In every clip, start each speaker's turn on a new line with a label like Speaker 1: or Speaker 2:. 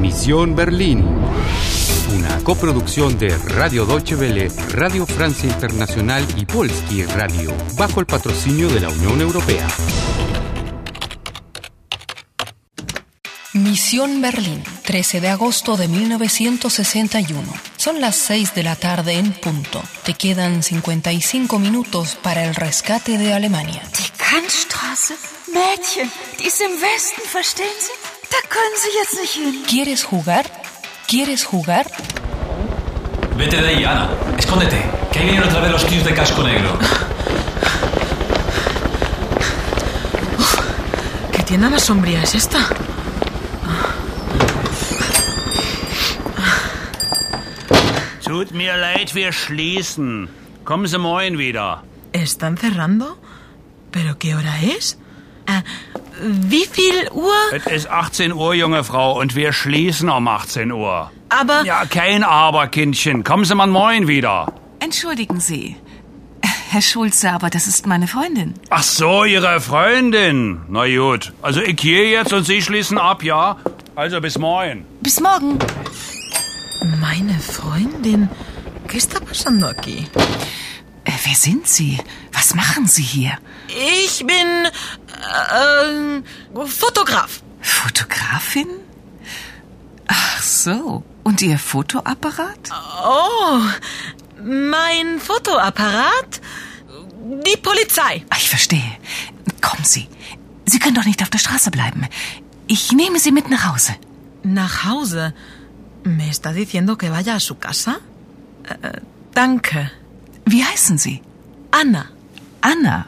Speaker 1: Misión Berlín. Una coproducción de Radio Deutsche Welle, Radio Francia Internacional y Polski Radio, bajo el patrocinio de la Unión Europea.
Speaker 2: Misión Berlín, 13 de agosto de 1961. Son las 6 de la tarde en punto. Te quedan 55 minutos para el rescate de Alemania.
Speaker 3: Die Kantstraße? Mädchen, die ist im Westen, verstehen Sie? Da können Sie jetzt nicht hin.
Speaker 2: ¿Quieres jugar? ¿Quieres jugar?
Speaker 4: Vete de ahí, Ana. Escóndete, que ahí vienen otra vez los 15 de casco negro.
Speaker 5: ¿Qué tienda más sombría es esta?
Speaker 6: Tut mir leid, wir schließen. Kommen Sie morgen wieder.
Speaker 5: ¿Están cerrando? ¿Pero qué hora es? Ah, ¿Wie viel Uhr?
Speaker 6: Es ist 18 Uhr, junge Frau, und wir schließen um 18 Uhr.
Speaker 5: Aber
Speaker 6: Ja, kein Aber, Kindchen. Kommen Sie mal morgen wieder.
Speaker 3: Entschuldigen Sie. Herr Schulze, aber das ist meine Freundin.
Speaker 6: Ach so, Ihre Freundin. Na gut. Also ich gehe jetzt und Sie schließen ab, ja? Also bis morgen.
Speaker 3: Bis morgen.
Speaker 5: meine Freundin, ¿qué está pasando aquí?
Speaker 3: Äh, wer sind Sie? Was machen Sie hier?
Speaker 5: Ich bin äh, äh, Fotograf.
Speaker 3: Fotografin? Ach so. Und Ihr Fotoapparat?
Speaker 5: Oh, mein Fotoapparat. Die Polizei.
Speaker 3: Ah, Ich verstehe. Kommen Sie. Sie können doch nicht auf der Straße bleiben. Ich nehme Sie mit nach Hause.
Speaker 5: Nach Hause. ¿Me está diciendo que vaya a su casa? Äh, danke.
Speaker 3: Wie heißen Sie?
Speaker 5: Anna.
Speaker 3: Anna.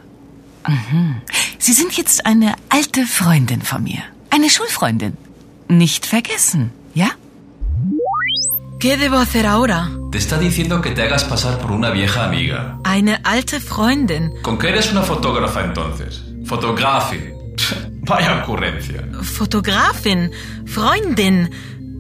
Speaker 3: Mhm. Sie sind jetzt eine alte Freundin von mir. Eine Schulfreundin. Nicht vergessen, ja?
Speaker 5: ¿Qué debo hacer ahora?
Speaker 4: Te está diciendo que te hagas pasar por una vieja amiga.
Speaker 5: Eine alte Freundin.
Speaker 4: ¿Con qué eres una fotógrafa entonces? Fotografi. Vaya ocurrencia.
Speaker 5: Fotografin, Freundin.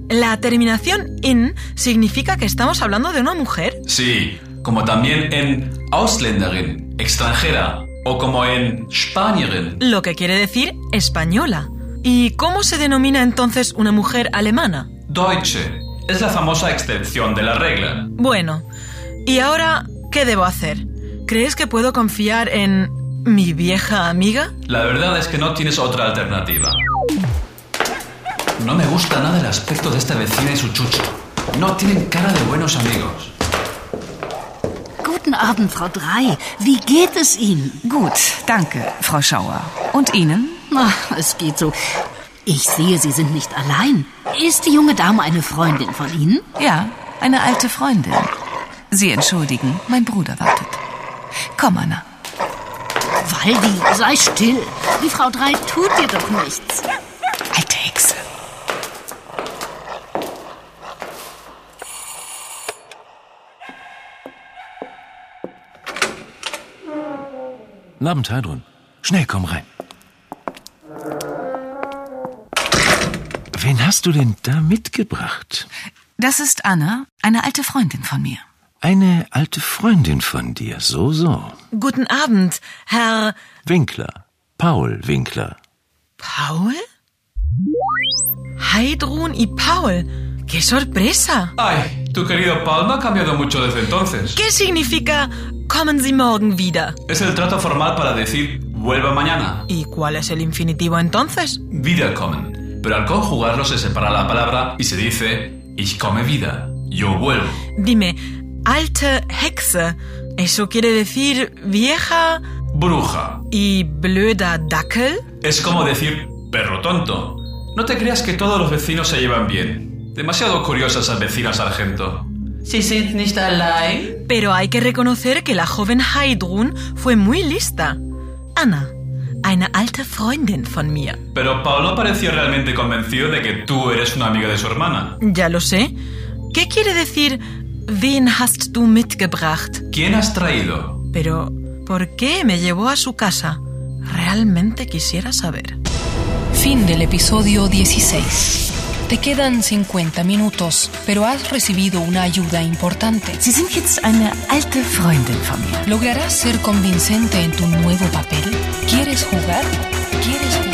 Speaker 5: La terminación in significa que estamos hablando de una mujer.
Speaker 4: Sí, como también en Ausländerin, extranjera, o como en Spanierin.
Speaker 5: Lo que quiere decir española. ¿Y cómo se denomina entonces una mujer alemana?
Speaker 4: Deutsche. Es la famosa excepción de la regla.
Speaker 5: Bueno, ¿y ahora qué debo hacer? ¿Crees que puedo confiar en mi vieja amiga?
Speaker 4: La verdad es que no tienes otra alternativa. No me gusta nada el aspecto de esta vecina y su chucho. No tienen cara de buenos amigos.
Speaker 7: Guten Abend, Frau Drei. Wie geht es Ihnen?
Speaker 3: Gut, danke, Frau Schauer. Und Ihnen?
Speaker 7: Ach, es geht so. Ich sehe, Sie sind nicht allein. Ist die junge Dame eine Freundin von Ihnen?
Speaker 3: Ja, eine alte Freundin. Sie entschuldigen, mein Bruder wartet. Komm, Anna.
Speaker 7: Waldi, sei still. Die Frau Drei tut dir doch nichts.
Speaker 3: Alte Hexe.
Speaker 8: Guten Abend, Heidrun. Schnell, komm rein. Wen hast du denn da mitgebracht?
Speaker 3: Das ist Anna, eine alte Freundin von mir.
Speaker 8: Eine alte Freundin von dir, so, so.
Speaker 5: Guten Abend, Herr
Speaker 8: Winkler. Paul Winkler.
Speaker 5: Paul? Heidrun y Paul. ¡Qué sorpresa!
Speaker 4: Ay, tu querido Paul no ha cambiado mucho desde entonces.
Speaker 5: ¿Qué significa kommen Sie morgen wieder?
Speaker 4: Es el trato formal para decir vuelva mañana.
Speaker 5: ¿Y cuál es el infinitivo entonces?
Speaker 4: Wiederkommen. Pero al conjugarlo se separa la palabra y se dice ich komme wieder. Yo vuelvo.
Speaker 5: Dime, alte Hexe. Eso quiere decir vieja
Speaker 4: Bruja.
Speaker 5: y blöda Dackel.
Speaker 4: Es como decir perro tonto. No te creas que todos los vecinos se llevan bien. Demasiado curiosa esa vecina, sargento.
Speaker 5: Pero hay que reconocer que la joven Heidrun fue muy lista. Anna, eine alte Freundin von mir.
Speaker 4: Pero Paul no pareció realmente convencido de que tú eres una amiga de su hermana.
Speaker 5: Ya lo sé. ¿Qué quiere decir wen hast du mitgebracht?
Speaker 4: ¿Quién has traído?
Speaker 5: Pero, ¿por qué me llevó a su casa? Realmente quisiera saber.
Speaker 2: Fin del episodio 16. Te quedan 50 minutos, pero has recibido una ayuda importante.
Speaker 3: Sie sind jetzt eine alte Freundin von mir.
Speaker 2: ¿Lograrás ser convincente en tu nuevo papel? ¿Quieres jugar? ¿Quieres jugar?